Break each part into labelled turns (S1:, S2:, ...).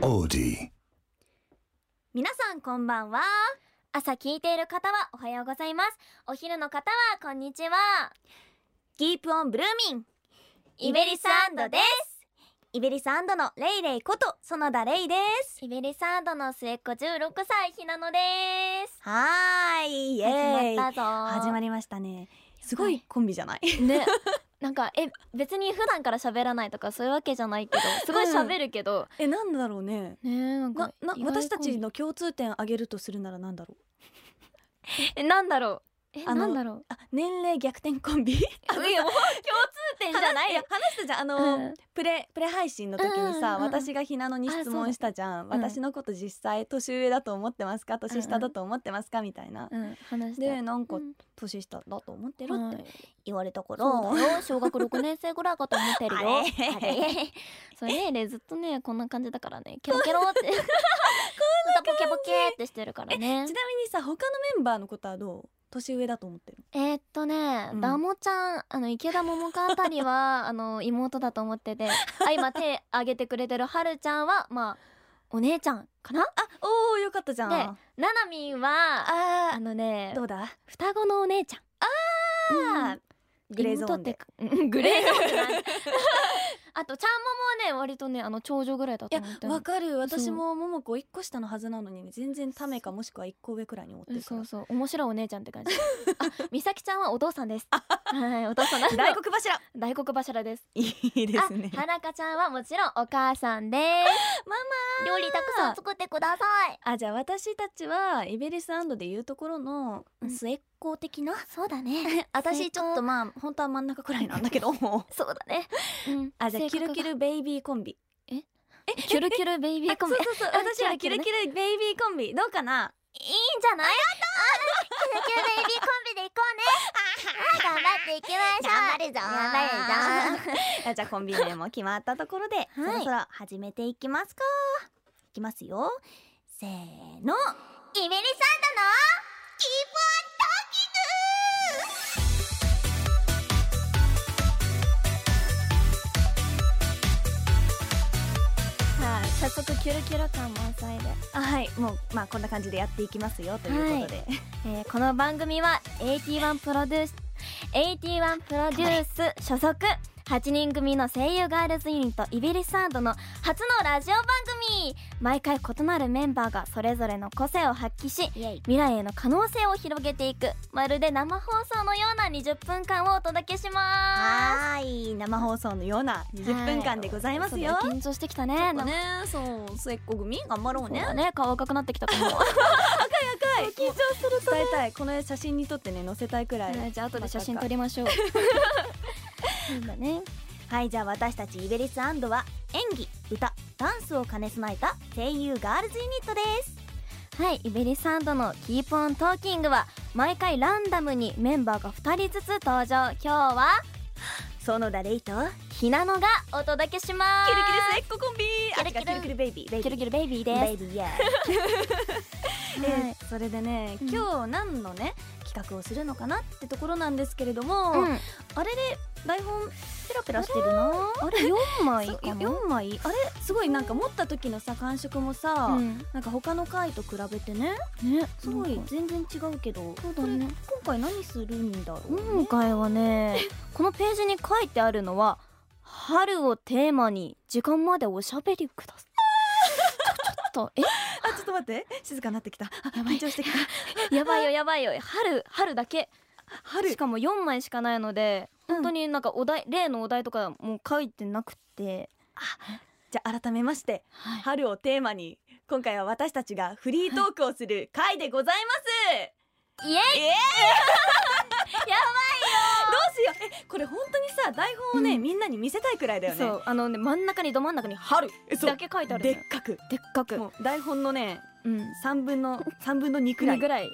S1: Melody.
S2: 皆さんこんばんは朝聞いている方はおはようございますお昼の方はこんにちはギープオンブルーミンイベリスですイベリスのレイレイこと園田レイですイベリスの末っ子16歳ひなのです
S3: はーい、イエー
S2: 始
S3: イ。
S2: まったぞ
S3: 始まりましたね。すごいコンビじゃない。
S2: ね なんかえ別に普段から喋らないとかそういうわけじゃないけどすごい喋るけど、
S3: え、なんだろうね。
S2: ねえなん
S3: な
S2: か、
S3: な、
S2: 意外
S3: 私たちの共通点挙げるとするならなんだろう。
S2: えなんだろうえ
S3: あ
S2: な
S3: の
S2: んだろう
S3: あ、年齢逆転コン ビ
S2: あいやもう 共通点じゃないよ
S3: や話したじゃん。あの、
S2: うん
S3: プレ、プレ配信の時にさ、
S2: うんうんうん
S3: 私がひなのに質問したじゃん。
S2: だうん
S3: 私のこと実際、年上だと思ってますか年下だと思ってますかみたいな。
S2: うん話して
S3: で、なんか、
S2: うん
S3: 年下だと思ってるって言われたから、
S2: そうだよ小学6年生ぐらいかと思ってるよ
S3: あれ
S2: あれそれねレイずっとねこんな感じだから ねケロケロってずっとポケポケってしてるからね
S3: ちなみにさ、他のメンバーのことはどう年上だと思ってる
S2: えーっとね、
S3: うん
S2: ダモちゃんあの池田桃香あたり はあの妹だと思っててあ今手挙げてくれてるはるちゃんはまあお姉ちゃんかな
S3: おー、よかったじゃん。
S2: ねななみんは
S3: あ
S2: あのね
S3: どうだ
S2: 双子のお姉ちゃん
S3: あーグレーゾーン
S2: 妹
S3: で
S2: ってかうんグレーゾーンってなんだ あとちゃんももはね割とねあの長女ぐらいだ
S3: い
S2: と
S3: や
S2: 思ってる
S3: わかる私
S2: そう
S3: も桃子一個下のはずなのに、ね、全然タメかもしくは一個上くらいに思ってるか
S2: そ
S3: ら
S2: うそう面白いお姉ちゃんって感 じあ美咲ちゃんはお父さんです はいお父さんなんだ
S3: 大黒柱
S2: 大黒柱です
S3: いいですね
S2: あはなかちゃんはもちろんお母さんです
S3: マ
S2: マ料理たくさん作ってください
S3: あじゃあ私たちはイベリスでいうところの
S2: うん
S3: 末っ子的 な、
S2: そうだね
S3: 私ちょっとまあ本当は真ん中くらいなんだ けど
S2: そうだね、うん、
S3: あじゃあキルキ
S2: ル
S3: ルベイビーコンビ
S2: キュルキルベイビーコンビいいん
S3: あそう そうそう
S2: あ
S3: 私ら
S2: キ
S3: キ
S2: ル
S3: ル
S2: キ
S3: キルベイビーコンビどうかな
S2: じゃないやったーキュルキルベイビーコンビで行こうね頑張っていきましょう頑張るぞ
S3: あじゃあコンビ名も決まったところで、そろそろ始めていきますかいきますよせーの
S2: イベリサンドのさあ早速キュルキュル感満載で、
S3: あはいもうまあこんな感じでやっていきますよということで、
S2: えーこの番組は81プロデュース81プロデュース所属8人組の声優ガールズユニットイベリスアンドの初のラジオ番組毎回異なるメンバーがそれぞれの個性を発揮し
S3: イエイ
S2: 未来への可能性を広げていくまるで生放送のような20分間をお届けしま
S3: はーい生放送のような
S2: す
S3: 20分間でございますよ
S2: は。そうだ緊張してきたね
S3: ね、そう末っ子組頑張ろ
S2: そうだね顔赤くなってきたかも
S3: 緊張すると、伝えたいこの写真に撮ってね載せたいくらい、
S2: じゃあ後で写真撮りましょうそうだね
S3: はいじゃあ私たちイベリスアンドは演技歌ダンスを兼ね備えた声優ガールズユニットです
S2: はいイベリサンドのキープオントーキングは毎回ランダムにメンバーが2人ずつ登場今日は
S3: 園田レイと
S2: ひなのがお届けします
S3: 末っ子コンビ
S2: キルキル
S3: あ違うキルキルベイビーベイビ
S2: キ
S3: ー
S2: ルキルベイビーです
S3: ベイビーイエーイ
S2: はい
S3: えそれでね
S2: うん
S3: 今日何のね企画をするのかなってところなんですけれども、
S2: うん、
S3: あれで台本ペラペラしてるな
S2: あれ4枚
S3: そう
S2: か
S3: よ
S2: な
S3: 4枚あれすごいなんか持った時のさ感触もさ、
S2: うん
S3: なんか他の回と比べてね
S2: ね
S3: すごい
S2: なんか
S3: 全然違うけど
S2: そうだね
S3: これ今回何するんだろうね、
S2: 今回はねこのページに書いてあるのは「春をテーマに時間までおしゃべりください」ちょちょっとえ
S3: あちょっと待って静かになってきたあ
S2: やばい
S3: 張してきた
S2: やばいよやばいよ春春だけ
S3: 春
S2: しかも4枚しかないので
S3: うん
S2: 本当になんかお題、例のお題とかもう書いてなくて、
S3: じゃあ改めまして
S2: は
S3: 春をテーマに今回は私たちがフリートークをする回でございます、
S2: い、イエイ
S3: えー、やばいよどうしようえこれ本当にさ台本をね、
S2: うん
S3: みんなに見せたいくらいだよね
S2: そうあのね真ん中にど真ん中に「春
S3: え」そう
S2: だけ書いてあるの
S3: で
S2: よ
S3: っかく
S2: でっかく
S3: もう台本のね
S2: うん
S3: 3分の3分の2く
S2: ぐ
S3: ら
S2: ら
S3: い
S2: い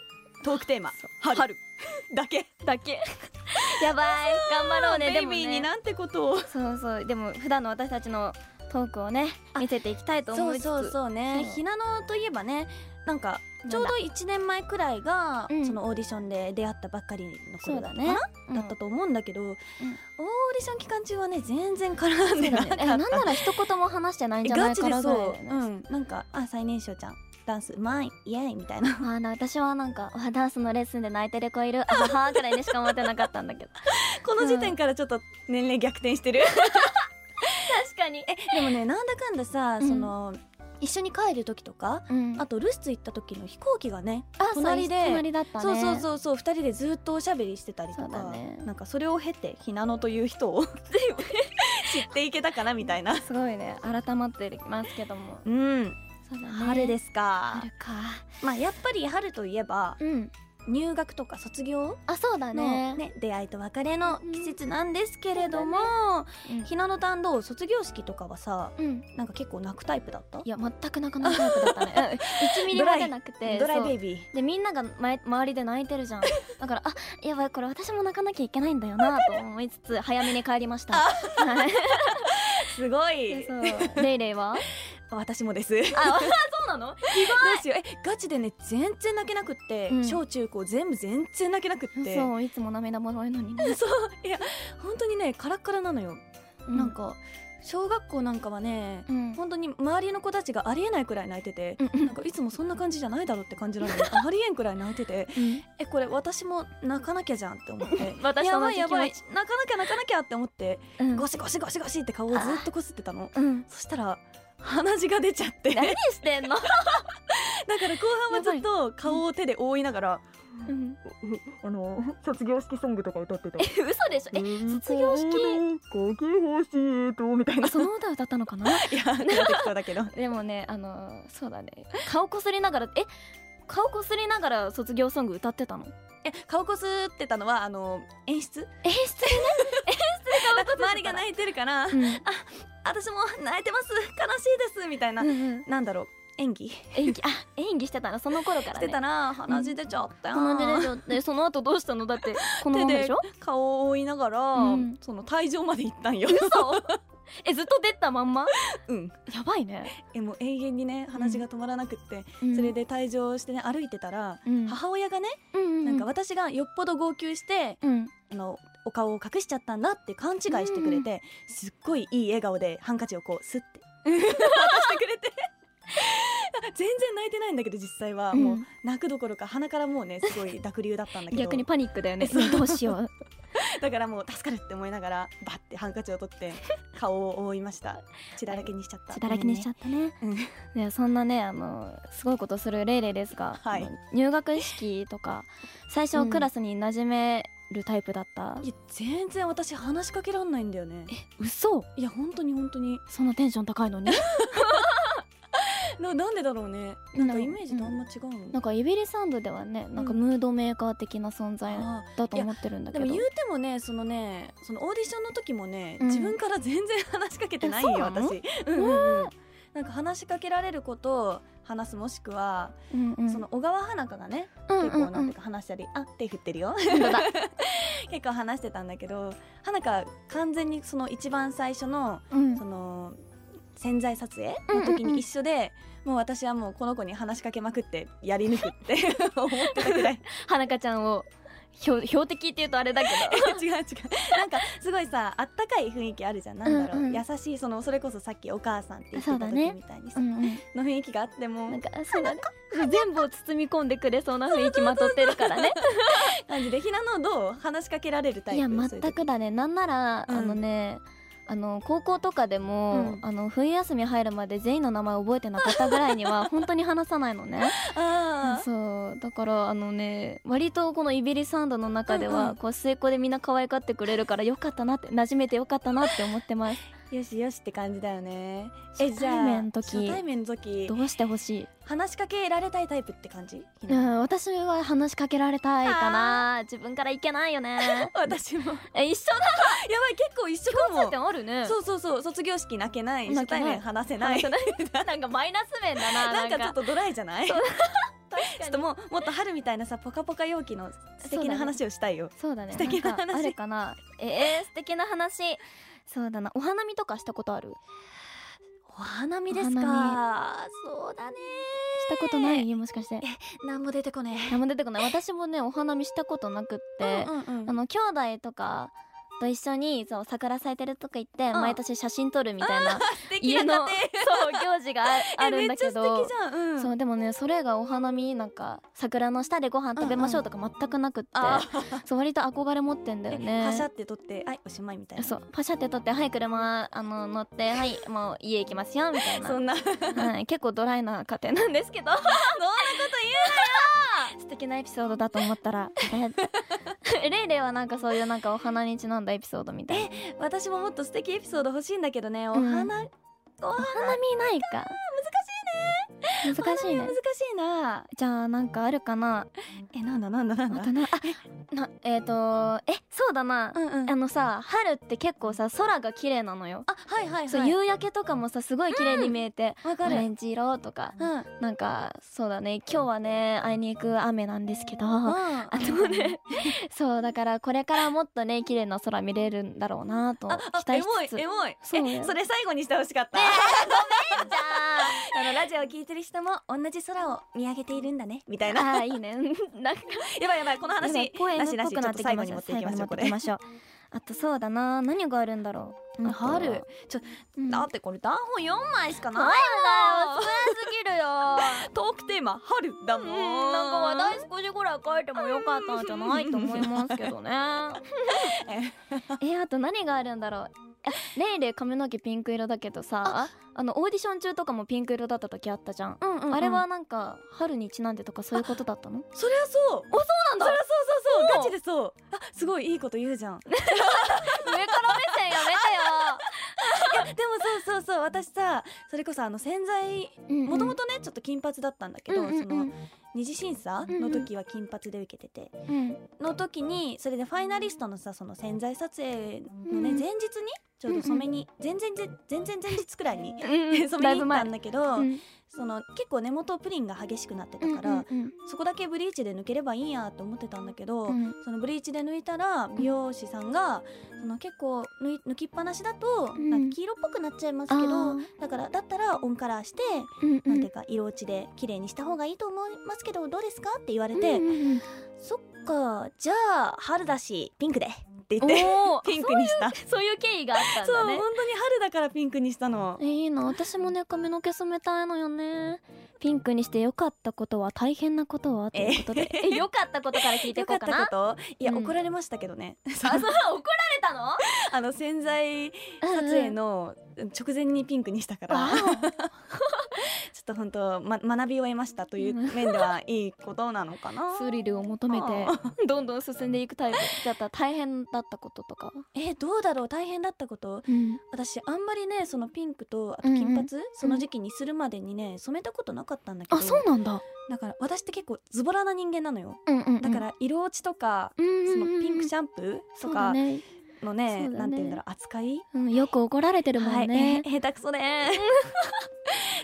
S3: トークテーマ
S2: そう
S3: 春 だけ
S2: だ け やばい頑張ろうねでもね
S3: んてことを
S2: そうそうでも普段の私たちのトークをね
S3: あ
S2: 見せていきたいと
S3: そ
S2: 思
S3: う
S2: いつつ
S3: そうそうね
S2: そう
S3: ひなのといえばねなんか
S2: なんだ
S3: ちょうど1年前くらいが、
S2: うん
S3: そのオーディションで出会ったばっかりの
S2: そ
S3: 頃
S2: うだ
S3: だ
S2: ね
S3: ね、
S2: うん
S3: だったと思うんだけど、オーディション期間中はね全然絡んでなかっ
S2: え
S3: た、
S2: なんなら一言も話してないんじゃな
S3: ガ
S2: い
S3: チ
S2: か
S3: で
S2: なぐ
S3: そ
S2: らいうだ、よ
S3: う
S2: ね
S3: ん、なんかあ最年少ちゃんダンスうまいイエーイみたいな
S2: まあな私はなんかわダンスのレッスンで泣いてる子いるあははーくらいでしか思ってなかったんだ けど
S3: この時点からちょっと年齢逆転してる
S2: 確かに
S3: でもねなんだ かんださ、
S2: うん
S3: その一緒に帰る時とか
S2: うん
S3: あとルスツ行った時の飛行機がね
S2: あ
S3: 隣で
S2: そう隣だったね
S3: そうそうそうそう二人でずっとおしゃべりしてたりと
S2: そうだ
S3: か、
S2: ね
S3: なんかそれを経てひなのという 人を知っていけたかなみたいな
S2: すごいね改まってますけども
S3: うん
S2: そうだね
S3: 春ですか、
S2: 春か
S3: まあやっぱり春といえば
S2: うん
S3: 入学とか卒業
S2: あそうだ
S3: の、
S2: ね
S3: ね出会いと別れの季節なんですけれども、
S2: うん
S3: ひなの担当卒業式とかはさ
S2: うん
S3: なんか結構泣くタイプだった
S2: いや全く泣かないタイプだったねうん1ミリも 出なくて
S3: ドライ
S2: そう
S3: ベイビー
S2: でみんなが前周りで泣いてる じゃんだからあやばいこれ私も泣かなきゃいけないんだよなと思いつつ早めに帰りましたはい
S3: すごい
S2: そうレイレイは
S3: 私も です
S2: あ そうなの
S3: ですよえガチでね全然泣けなくって、
S2: うん
S3: 小中高全部全然泣けなくって
S2: そういつも涙もろいのにね、
S3: そういや本当にねカラッカラなのよ、
S2: うん、
S3: なんか小学校なんかはね、
S2: うん
S3: 本当に周りの子たちがありえないくらい泣いてて、
S2: うんうん
S3: なんかいつもそんな感じじゃないだろうって感じなのに ありえんくらい泣いててえこれ私も泣かなきゃじゃんって思って
S2: 私
S3: や
S2: と同
S3: ば
S2: じ
S3: い
S2: 気持
S3: や
S2: ち
S3: ばい泣かなきゃ泣かなきゃって思って、
S2: うん
S3: ゴシゴシゴシゴシって顔をずっとこすってたの
S2: うん
S3: そしたら鼻血が出ちゃ ってだか
S2: 何してんの、
S3: ら後半はずっと顔を手で覆いながら
S2: うん、
S4: あの卒業式ソングとか歌って た。
S2: 嘘でしょえ卒業式
S4: ごきほしいとみたいな。
S2: その歌歌ったのかない
S3: や出てきそうだけど
S2: でもねあのーそうだね顔こすりながらえ顔こすりながら卒業ソング歌ってたの
S3: え顔こすってたのはあの演出
S2: え失礼ねえ失礼顔こすってた
S3: 周りが泣いてるから、
S2: うん
S3: 私も泣いてます悲しいですみたいな、
S2: うんうん
S3: なんだろう演技し
S2: 演技あ演技してたのその頃からね
S3: てたら鼻血出ちゃったよ、
S2: このデレジョってその後どうしたのだってこのまま
S3: 手
S2: で
S3: で
S2: しょ
S3: 顔を覆いながら、
S2: うん
S3: その退場まで行ったんよ
S2: 嘘えずっと出たまんま
S3: うん
S2: やばいね、
S3: えもう永遠にね鼻血が止まらなくって、 それ、で退場してね歩いてたら、
S2: うん、
S3: 母親がね、
S2: うんうんうん
S3: なんか私がよっぽど号泣して
S2: うん
S3: あのお顔を隠しちゃったんだって勘違いしてくれて、すっごいいい笑顔でハンカチをこうスッ て渡してくれて全然泣いてないんだけど実際は、もう
S2: うん
S3: 泣くどころか鼻からもうねすごい濁流だったんだけど
S2: 逆にパニックだよね
S3: えそう
S2: どうしよ う
S3: だからもう助かるって思いながらバッてハンカチを取って顔を覆いました血だらけにしちゃった
S2: 血だらけにしちゃ
S3: っ
S2: ったね
S3: た、うん
S2: ねそんなねあのすごいことするレイレイですが、
S3: はい
S2: あの入学式とか最初クラスに馴染めるタイプだった、
S3: いや全然私話しかけらんないんだよね
S2: え嘘
S3: いや本当に本当に
S2: そんなテンション高いのに
S3: ななんでだろうね
S2: なだ
S3: なんんか
S2: ろう
S3: イメージとあんま違うの、
S2: なんかイベリサンドではねなんかムードメーカー的な存在
S3: あ
S2: だと思ってるんだ
S3: ー
S2: け
S3: で
S2: ど
S3: も言うてもねそのねそのオーディションの時もね、
S2: うん
S3: 自分から全然話しかけてないよ
S2: えそうなの
S3: 私うんうんうんなんか話しかけられること話すもしくは、
S2: うんうん
S3: その小川花香がね
S2: うん
S3: 結構
S2: う
S3: なん
S2: ん
S3: て
S2: う
S3: い
S2: ん
S3: うか話したり、あ手振ってるよ
S2: 本当 だ
S3: 結構話してたんだけど花香完全にその一番最初の
S2: うん
S3: その潜在撮影
S2: う
S3: の時
S2: んうんうん
S3: に一緒で、もう私はもうこの子に話しかけまくってやり抜くって 思ってたくらい
S2: 花香ちゃんを標標的っていうとあれだけ
S3: 違う違うなんかすごいさあったかい雰囲気あるじゃんなんだろう、
S2: うんうん
S3: 優しいそのそれこそさっきお母さんって言って
S2: そう
S3: た
S2: だ
S3: 時
S2: ね
S3: みたいに
S2: ど、
S3: さ、の雰囲気があっても
S2: なんかそう だね全部を包み込んでくれそうな雰囲気まとってるから ね
S3: 感じでひなのどう話しかけられるタイ
S2: い
S3: プ
S2: や
S3: そ
S2: 全
S3: ういう時
S2: くだねなんなら、
S3: うん
S2: あのねあの高校とかでも、
S3: うん
S2: あの冬休み入るまで全員の名前覚えてなかったぐらいに は本当に話さないのね
S3: あー
S2: そうだからあのね割とこのイビリサンドの中で
S3: うん
S2: は、
S3: うん
S2: こう末っ子でみんな可愛がってくれるからよかったなって馴染めてよかったなって思って ます
S3: よしよしって感じだよねえ
S2: 初対面の時
S3: じゃあ初対面の時
S2: どうしてほしい
S3: 話しかけられたいタイプって感じひ
S2: う
S3: なの
S2: ん、私は話しかけられたいかな自分からいけないよね
S3: 私もやば
S2: え一緒
S3: い結構一緒か
S2: だ
S3: も
S2: ってあるね
S3: そうそうそう卒業式泣けない
S2: 泣
S3: 初
S2: けない
S3: 対面話せない
S2: 話せ なんかマイナス面だな
S3: なんかちょっ
S2: と
S3: とドライじゃないち
S2: そ
S3: ょ
S2: う
S3: っともうもっと春みたいなさポカポカ陽気の素敵な話をしたいよ、
S2: そうだね
S3: 素敵な話
S2: んかあるかなえー、素敵な話そうだなお花見とかしたことある
S3: お花見です
S2: お
S3: かそうだね
S2: したことないよもしかして
S3: 何も出てこね
S2: 何も出てこない私もねお花見したことなくっ
S3: え
S2: て、
S3: うんうんうん
S2: あの兄弟とかと一緒にそう桜咲いてるとか行って
S3: ん
S2: 毎年写真撮るみたいな
S3: 素敵
S2: 家
S3: な
S2: の
S3: 家庭
S2: そう行事がああるんだけ
S3: えめ
S2: ど
S3: っちゃ素敵じゃん、うん、
S2: そうでもねそれがお花見なんか桜の下でご飯食べましょうとか全くなくって、
S3: あ
S2: そう割と憧れ持ってんだよね
S3: パシャって撮ってはいおしまいみたいな
S2: そうパシャって撮ってはい車あの乗ってはいもう家行きますよみたいな
S3: そんなそんなこ
S2: はい、結構ドライな家庭なんです けど
S3: と
S2: 素敵なエピソードだと思ったら レイレイはなんかそういうなんかお花にちなんだエピソードみたいな
S3: 言う私ももっと素敵エピソード欲しいんだけどねお
S2: うんお
S3: 花、
S2: 花見ないか難しいね難
S3: 難
S2: しいね
S3: しいな
S2: じゃあなんかあるかな
S3: えなんだなんだなん
S2: ま
S3: だ
S2: たなあなえっ、とえそうだな、
S3: うんうん
S2: あのさ春って結構さ空が綺麗なのよ、
S3: あはいはい
S2: そう
S3: はい
S2: 夕焼けとかもさすごい綺麗に見えて、
S3: わか
S2: オ
S3: る
S2: レ
S3: うん
S2: ンジ色とか、
S3: うん
S2: なんかそうだね今日はねあいに行く雨なんですけど、あ
S3: あ
S2: とね そうだからこれからもっとね綺麗な空見れるんだろうなと期待
S3: エ
S2: し
S3: モい
S2: つつ
S3: エモい
S2: そう
S3: えそれ最後にしてほしかった、あのラジオを聞いてる人も同じ空を見上げているんだねみたいな
S2: あ あいいねなんか
S3: やばいやばいこの
S2: なん
S3: 話
S2: かポエム
S3: な
S2: っ
S3: しな
S2: ぽ
S3: しちょ
S2: く
S3: っ
S2: なっ
S3: と
S2: て
S3: 最
S2: き
S3: 後
S2: ま
S3: に
S2: し
S3: 持
S2: ょ
S3: っ
S2: う
S3: ていきましょう
S2: 最後に持っ
S3: こ
S2: てき
S3: れ
S2: ましょうあとそうだな何があるんだろうあとは
S3: 春ちょ
S2: うん
S3: だってこれ台本4枚しかないの
S5: すぎるよ
S3: トークテーマ春だもん
S5: うんなんか話題少しぐらい書いてもよかったんじゃないと思いますけどね
S2: えあと何があるんだろうあレイレイ髪の毛ピンク色だけどさあのオーディション中とかもピンク色だった時あったじゃん、
S3: うんうんうん
S2: あれはなんか春にちなんでとかそういうことだったの
S3: そりゃそうおそうなん
S2: だ
S3: そりゃそうそうそうガチでそうあすごいいいこと言うじゃ んで
S2: 上から目線や
S3: もそうそうそう私さそれこそあの洗剤
S2: めてよ
S3: もともとねちょっと金髪だったんだけど、その二次審査の時は金髪で受けてて、の時にそれでファイナリストのさその潜在撮影のね、
S2: うん
S3: 前日にちょうど染めに、全然全全然前日くらいに染
S2: だ
S3: め
S2: い
S3: に
S2: ぶ
S3: 行った
S2: 前
S3: んだけど、
S2: うん
S3: その結構根元プリンが激しくなってたから、
S2: うんうん
S3: そこだけブリーチで抜ければいいやと思ってたんだけど、
S2: うん
S3: そのブリーチで抜いたら美容師さんがその結構抜い抜きっぱなしだと
S2: うん
S3: なんか黄色っぽくなっちゃいますけど、
S2: あー
S3: だからだったらオンカラーして、
S2: うんう
S3: なん
S2: ん
S3: ていうか色落ちで綺麗にした方がいいと思いますけどどうですかって言われて、
S2: うんうんうん
S3: そっかじゃあ春だしピンクでって言って
S2: おお
S3: ピンクにした
S2: そういう経緯があったん
S3: そう
S2: だ
S3: 本
S2: ね
S3: 当に春だからピンクにしたの
S2: えいいな私もね髪の毛染めたいのよねピンクにして良かったことは大変なことはということで、 え良かったことから聞いてい
S3: よ
S2: こ
S3: かっ
S2: う
S3: た
S2: か
S3: こ
S2: な
S3: といや、
S2: うん
S3: 怒られましたけどね
S5: あそう 怒られたの
S3: あの洗剤撮影の直前にピンクにしたから、
S2: わ
S3: ちょっと本当、ま、学びを得ましたという面ではいいことなのかな
S2: スリルを求めてどんどん進んでいくタイプだったら大変だったこととか、
S3: えーどうだろう大変だったこと
S2: うん、
S3: 私あんまりねそのピンクとあと金
S2: うんう
S3: 髪
S2: ん、
S3: その時期にするまでにね染めたことなかったんだけど
S2: あそうなんだ、
S3: だから私って結構ズボラな人間なのよ
S2: うんうんうん、
S3: だから色落ちとか、
S2: うんうんうん
S3: そのピンクシャンプー
S2: そ
S3: と
S2: うだ
S3: か
S2: ね、
S3: のね
S2: そうだね
S3: なんて言うんだろう扱い
S2: うん、よく怒られてるも
S3: は
S2: ん
S3: い、
S2: ね、
S3: えー下手くそね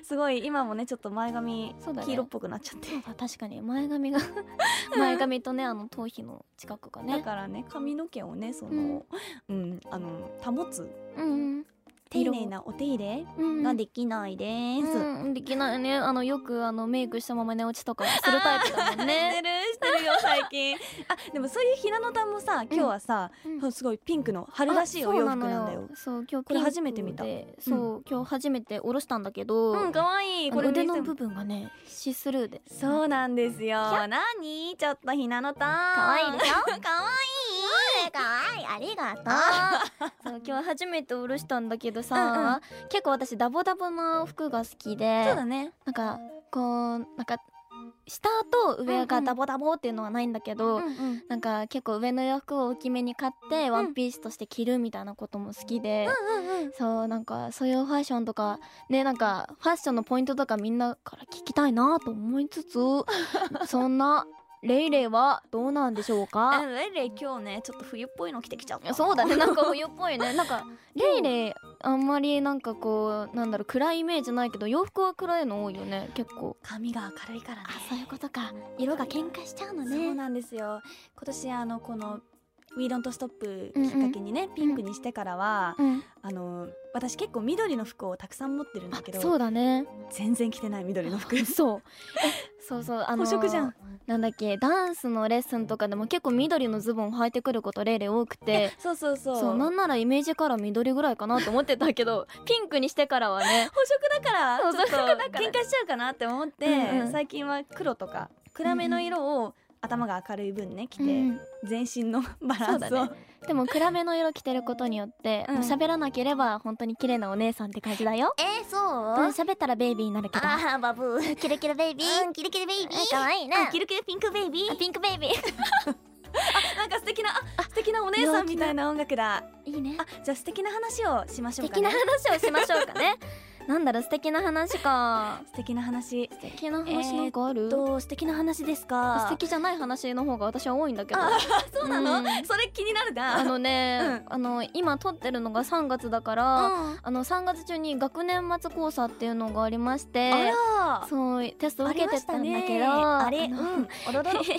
S3: すごい今もねちょっと前髪
S2: そうだね
S3: 黄色っぽくなっちゃって、
S2: あ確かに前髪が 前髪とねあの頭皮の近くが
S3: だ
S2: ね
S3: からね髪の毛をねその、うんあの保つ
S2: うん
S3: 丁寧なお手入れ
S2: うん
S3: ができないでーす、
S2: うん、できないねあのよくあのメイクしたまま寝落ちとかするタイプだもん
S3: し
S2: ね
S3: てるしてるよ最 近あでもそういう平野さんもさ今日はさ、
S2: うん
S3: すごいピンクの春らしいお洋服なんだよ
S2: あそうなのよそう今日
S3: これ初めて見た
S2: ピンクでそう、今日初めて下ろしたんだけど、
S3: うん可愛い
S2: あ
S3: こ
S2: の
S3: れ
S2: 腕の
S3: 見せ
S2: 部分がねシスルーで
S3: そうなんですよ。なにちょっとひなのたん。
S5: 可愛いでしょ
S3: 可愛い。
S5: かわいいありがとう
S2: そう今日初めて下ろしたんだけどさ、
S3: うんうん
S2: 結構私ダボダボな服が好きで
S3: そうだね。
S2: なんかこうなんか下と上がダボダボっていうのはないんだけど、
S3: うん。
S2: なんか結構上の洋服を大きめに買ってワンピースとして着るみたいなことも好きで、そうなんかそういうファッションとかねなんかファッションのポイントとかみんなから聞きたいなと思いつ つそんなレイレイはどうなんでしょう
S3: あ、
S2: か
S3: レイレイ今日ねちょっと冬っぽいの着てきちゃった。
S2: そうだ ねなんか冬っぽいねなんかレイレイあんまりなんかこうなんだろう暗いイメージないけど洋服は暗いの多いよね結構
S3: 髪が明るいからね。
S2: そういうことか色が喧嘩しちゃうの
S3: そうなんですよ。今年あのこの「We Don't Stop」きっかけにね、ピンクにしてからは、
S2: うん、
S3: あの私結構緑の服をたくさん持ってるんだ
S2: あ
S3: けど
S2: そうだね
S3: 全然着てない緑の服
S2: そうえそうそうあのー
S3: 補色じゃん
S2: なんだっけダンスのレッスンとかでも結構緑のズボン履いてくること例々多くて
S3: そうそうそう
S2: そうなんならイメージカラー緑ぐらいかなと思ってたけ どピンクにしてからはね
S3: 補色だから
S2: そう
S3: ちょっと
S2: 補色だから
S3: 喧嘩しちゃうかなって思って、
S2: うんうん
S3: 最近は黒とか暗めの色を頭が明るい分ね着て、
S2: うん
S3: 全身のバラン
S2: そ
S3: ス
S2: うだ
S3: を、
S2: ねでも暗めの色着てることによって、
S3: うん
S2: もう喋らなければ本当に綺麗なお姉さんって感じだよ
S5: えー、そう
S2: うん喋ったらベイビーになるけど
S5: あーバブーキラキラベイビーキラキラベイビーかわいいな
S3: あキルキルピンクベイビー
S5: あピンクベイビー
S3: なんか素敵なあ素敵なお姉さんみたいな音楽だ
S2: いいね
S3: あじゃあ素敵な話をしまし
S2: 素
S3: ょうか
S2: 敵な
S3: ね
S2: 話をしましょうかねなんだろう素敵な話 か
S3: 素敵な話
S2: 素敵な話なんかある、
S3: どう素敵な話ですか
S2: 素敵じゃない話の方が私は多いんだけど
S3: あそうなの、
S2: うん
S3: それ気になるな
S2: あのね、
S3: うん
S2: あの今撮ってるのが3月だから、
S3: うん
S2: あの3月中に学年末交差っていうのがありまして
S3: あら
S2: そうテスト
S3: あ
S2: 受
S3: り
S2: け
S3: ま
S2: て
S3: した
S2: んだ
S3: ね
S2: けど
S3: あれう
S2: の
S3: んおろろろい
S5: やばいよ
S2: えしか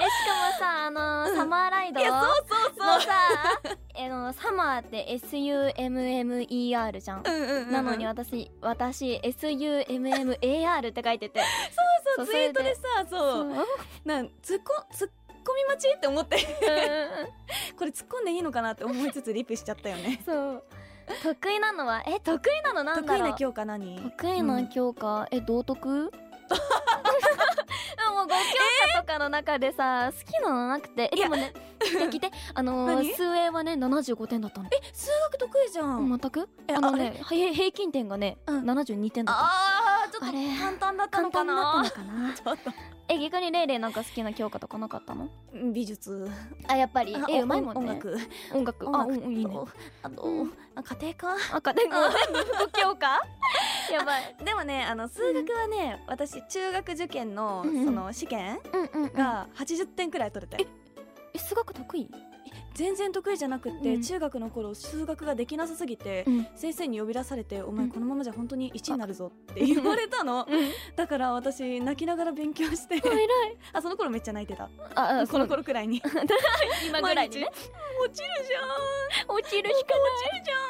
S2: もさあの、
S3: うん
S2: サマーライド
S3: や
S2: の
S3: そうそうそう
S2: さあのサマーって SUMMER じゃん、
S3: うんうんうん
S2: なのに私私 SUMMAR って書いてて
S3: そ
S2: そ
S3: う
S2: う
S3: ツイートでさそう
S2: うん
S3: なんツッコツッコミ待ちって思って これ突っ込んでいいのかなって思いつつリプしちゃったよね
S2: そう得意なのはえ得意なのなん
S3: 得
S2: だ
S3: 意
S2: ろ
S3: な
S2: う
S3: 教科何
S2: 得意な教科、え道 徳でも5教科とかの中でさ、好きなのなくてえ
S3: いや
S2: でもね聞いて聞いてあのー
S3: 何
S2: 数英はね75点だったのえ
S3: 数学得意じゃん、
S2: 全く
S3: え
S2: あの
S3: あ
S2: ねは平平均点がね、
S3: うん
S2: 72点だった
S3: あーちょっ
S2: あれ
S3: と簡単だった
S2: 簡
S3: の
S2: 単だ
S3: かな
S2: ったのかな
S3: ちょっと
S2: え逆にレイレイなんか好きな教科とかなかったの
S3: 美術
S2: あやっぱり
S3: あ
S2: え
S3: お
S2: うまいもんね
S3: 音楽
S2: 音楽
S3: 音
S2: あ
S3: 楽
S2: うんうんいいね
S3: とあ と、
S2: うん
S3: あ家庭科
S2: 赤でも 全部不教科やばい
S3: でもねあの数学はね、私中学受験の、
S2: うんうん
S3: その試験
S2: うんうんうん
S3: が80点くらい取れて、
S2: え数学得意
S3: 全然得意じゃなくって、
S2: うん
S3: 中学の頃数学ができなさすぎて、
S2: うん
S3: 先生に呼び出されて「お前
S2: うん
S3: このままじゃ本当に1になるぞ」って言われたの、
S2: うん
S3: だから私泣きながら勉強して
S2: 偉い
S3: あその頃めっちゃ泣いてた
S2: ああ
S3: この頃くらいに
S2: 今ぐらいにね
S3: 毎日落ちるじゃ
S2: 落ちるしか
S3: ん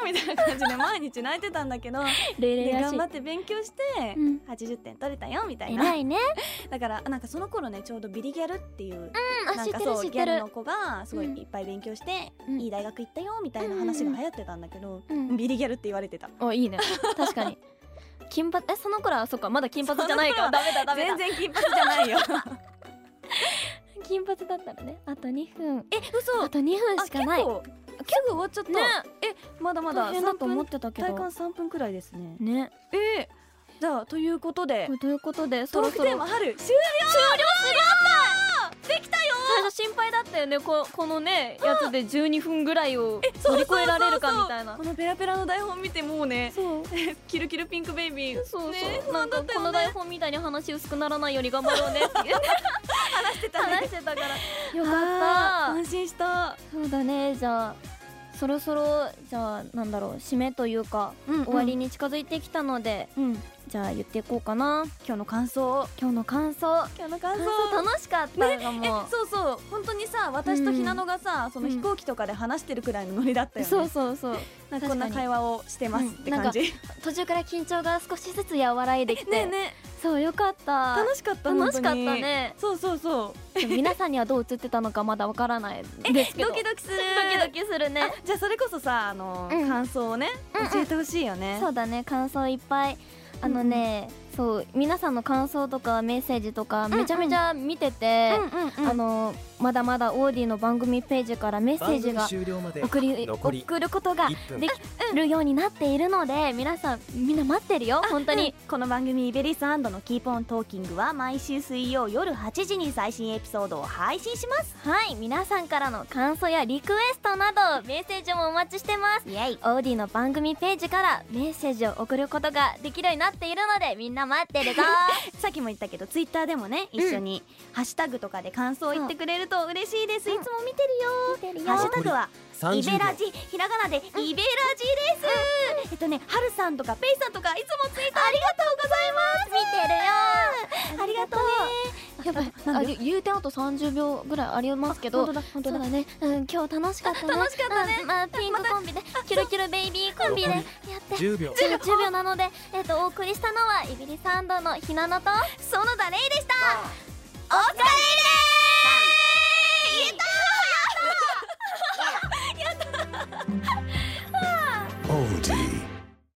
S3: みたいな感じで毎日泣いてたんだけど
S2: レイレ
S3: で
S2: イらし
S3: 頑
S2: い
S3: 張って勉強して、
S2: うん
S3: 80点取れたよみたい
S2: 偉
S3: ない
S2: ね
S3: だからなんかその頃ねちょうどビリギャルっていう、
S2: うんあ
S3: な
S2: 知
S3: ん
S2: っ
S3: か
S2: てる
S3: そう
S2: 知っ
S3: ギャ
S2: て
S3: ル
S2: る
S3: の子がすごい
S2: うん
S3: いっぱい勉強して、
S2: うん
S3: いい大学行ったよみたいな話が流行ってたんだけど、
S2: うん
S3: ビリギャルって言われてた
S2: あいいね確かに金髪えその頃はそっかまだ金髪じゃないからダメだダメだ
S3: 全然金髪じゃない よ
S2: 金髪だったらねあと2分
S3: え嘘
S2: あと2分しかない
S3: あ結構すぐ終わっちゃった、
S2: ね
S3: えまだまだ
S2: 大変だと思っ
S3: 3
S2: てたけ
S3: 分体
S2: ど
S3: 感3分くらいですね
S2: ね
S3: えー、じゃあということで
S2: ということでそ
S3: ト
S2: ろ
S3: ーク
S2: そ
S3: テー
S2: ろ
S3: マ春終
S2: 最初心配だったよねこ このねやつで12分ぐらいを乗り越えられるかみたいな
S3: このペラペラの台本見てもうね
S2: そう
S3: キルキルピンクベイビー
S2: そうそ
S3: ねそう
S2: うなん
S3: だ
S2: か
S3: ったよね
S2: この台本みたいに話薄くならないように頑張ろうねって
S3: 話してたね
S2: 話してたからよ
S3: あー
S2: かっ
S3: 安心した、
S2: たそうだねじゃあそろそろじゃあなんだろう締めというか終わりに近づいてきたので、
S3: うん
S2: じゃあ言っていこうかな
S3: 今日の感想
S2: 今日の感想
S3: 今日の感
S2: 感想楽しかったかも、
S3: そうそう本当にさ私とひなのがさ、その飛行機とかで話してるくらいのノリだったよね、
S2: そうそうそう
S3: なんかこんな
S2: 確かに
S3: 会話をしてますって感じ、ね
S2: 途中から緊張が少しずつ和らいできて、
S3: えね
S2: そうよかった
S3: 楽しかった
S2: 楽しかった
S3: 本当に
S2: ね
S3: そうそうそう
S2: でも皆さんにはどう映ってたのかまだわからないですけど
S3: ドキドキする
S2: ドキドキする
S3: あ
S2: ね
S3: じゃあそれこそさあの、
S2: うん
S3: 感想をね
S2: うんうん
S3: 教えてほしいよね、
S2: そうだね感想いっぱいあのね、そう皆さんの感想とかメッセージとかめちゃめちゃ見てて、
S3: うんうん
S2: あのまだまだオーディの番組ページからメッセ
S6: 番
S2: ージ
S6: 組
S2: が
S6: 終了まで
S2: 送り
S6: 残り
S2: 送ることが
S6: 1分
S2: できるようになっているので皆さんみんな待ってるよ本当に、
S5: この番組「イベリスのキーポントーキング」は毎週水曜夜8時に最新エピソードを配信します
S2: はい皆さんからの感想やリクエストなどメッセージもお待ちしてます
S5: イエイ
S2: オーディの番組ページからメッセージを送ることができるようになっているのでみんな待ってるぞ
S5: さっきも言ったけどツイッターでもね一緒にハッシュタグとかで感想を言ってくれると嬉しいです、
S2: うん
S5: いつも見てるよ
S2: 見てるよ
S5: ハッシュタグはイ
S6: 30
S5: ベラ
S6: 秒
S5: ジひらがなでイベラジです、えっとねはるさんとかペイさんとかいつもツイッターありがとうございます見てるよありがとうねやばい
S2: なん
S5: あ
S2: で
S5: 言うてあと30秒ぐらいありますけど
S2: 本当だ本当
S5: そう
S2: だ
S5: だね、うん、今日楽しかったね楽しかったね、うんまあ、ピンクコンビで、キュルキュルベイビーコンビでやって
S6: 10秒
S5: 10秒なので、えっとお送りしたのはイビリサンドのひなのと
S7: 園田レイでしたお疲れです